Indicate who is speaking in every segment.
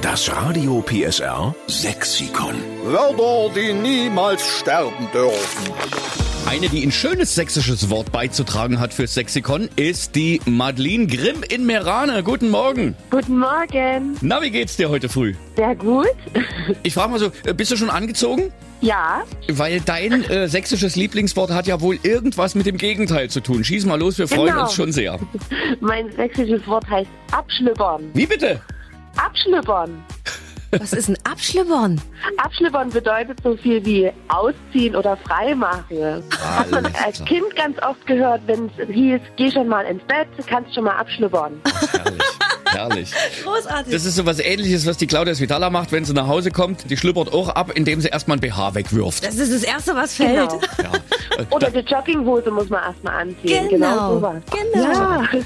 Speaker 1: Das Radio PSR Sexikon.
Speaker 2: Wörter, die niemals sterben dürfen.
Speaker 3: Eine, die ein schönes sächsisches Wort beizutragen hat fürs Sexikon, ist die Madeleine Grimm in Merane. Guten Morgen.
Speaker 4: Guten Morgen.
Speaker 3: Na, wie geht's dir heute früh?
Speaker 4: Sehr gut.
Speaker 3: Ich frage mal so, äh, bist du schon angezogen?
Speaker 4: Ja,
Speaker 3: Weil dein äh, sächsisches Lieblingswort hat ja wohl irgendwas mit dem Gegenteil zu tun. Schieß mal los, wir freuen
Speaker 4: Genau.
Speaker 3: uns schon sehr.
Speaker 4: mein sächsisches Wort heißt abschlüppern.
Speaker 3: Wie bitte?
Speaker 4: Abschlüppern.
Speaker 5: Was ist ein Abschlimmern?
Speaker 4: Abschlüppern bedeutet so viel wie ausziehen oder freimachen. Hat man
Speaker 3: Alles
Speaker 4: als
Speaker 3: klar.
Speaker 4: Kind ganz oft gehört, wenn es hieß, geh schon mal ins Bett, kannst schon mal abschlüppern.
Speaker 3: Herrlich. Herrlich.
Speaker 5: Großartig.
Speaker 3: Das ist so was ähnliches, was die Claudia Svitala macht, wenn sie nach Hause kommt. Die schlüppert auch ab, indem sie erstmal ein BH wegwirft.
Speaker 5: das ist das Erste, was fällt.
Speaker 4: Genau.
Speaker 3: Ja. Äh,
Speaker 4: Oder die Jogginghose muss man erstmal anziehen. Genau, sowas.
Speaker 5: Genau.
Speaker 4: Ja.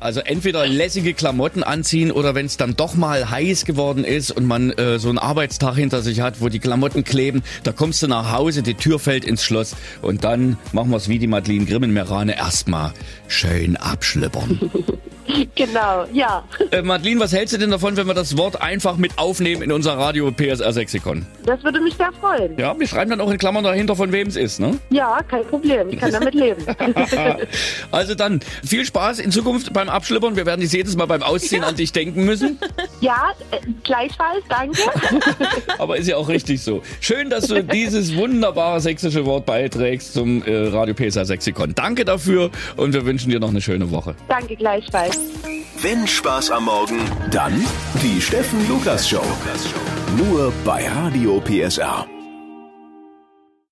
Speaker 3: Also entweder lässige Klamotten anziehen oder wenn es dann doch mal heiß geworden ist und man äh, so einen Arbeitstag hinter sich hat, wo die Klamotten kleben, da kommst du nach Hause, die Tür fällt ins Schloss und dann machen wir es wie die Madeleine Grimm in Merane erstmal schön abschlüppern.
Speaker 4: genau, ja.
Speaker 3: äh, Madeleine, was hältst du denn davon, wenn wir das Wort einfach mit aufnehmen in unser Radio PSR Sexikon?
Speaker 4: Das würde mich sehr freuen.
Speaker 3: Ja, wir schreiben dann auch in Klammern dahinter, von wem es ist, ne?
Speaker 4: Ja, kein Problem. Ich kann damit leben.
Speaker 3: also dann, viel Spaß in Zukunft beim Abschlippern. Wir werden dich jedes Mal beim Ausziehen an dich denken müssen.
Speaker 4: ja, äh, gleichfalls, danke.
Speaker 3: Aber ist ja auch richtig so. Schön, dass du dieses wunderbare sächsische Wort beiträgst zum äh, Radio PSA Sexikon. Danke dafür und wir wünschen dir noch eine schöne Woche.
Speaker 4: Danke gleichfalls.
Speaker 1: Wenn Spaß am Morgen, dann die Steffen Lukas Show. Nur bei Radio PSR.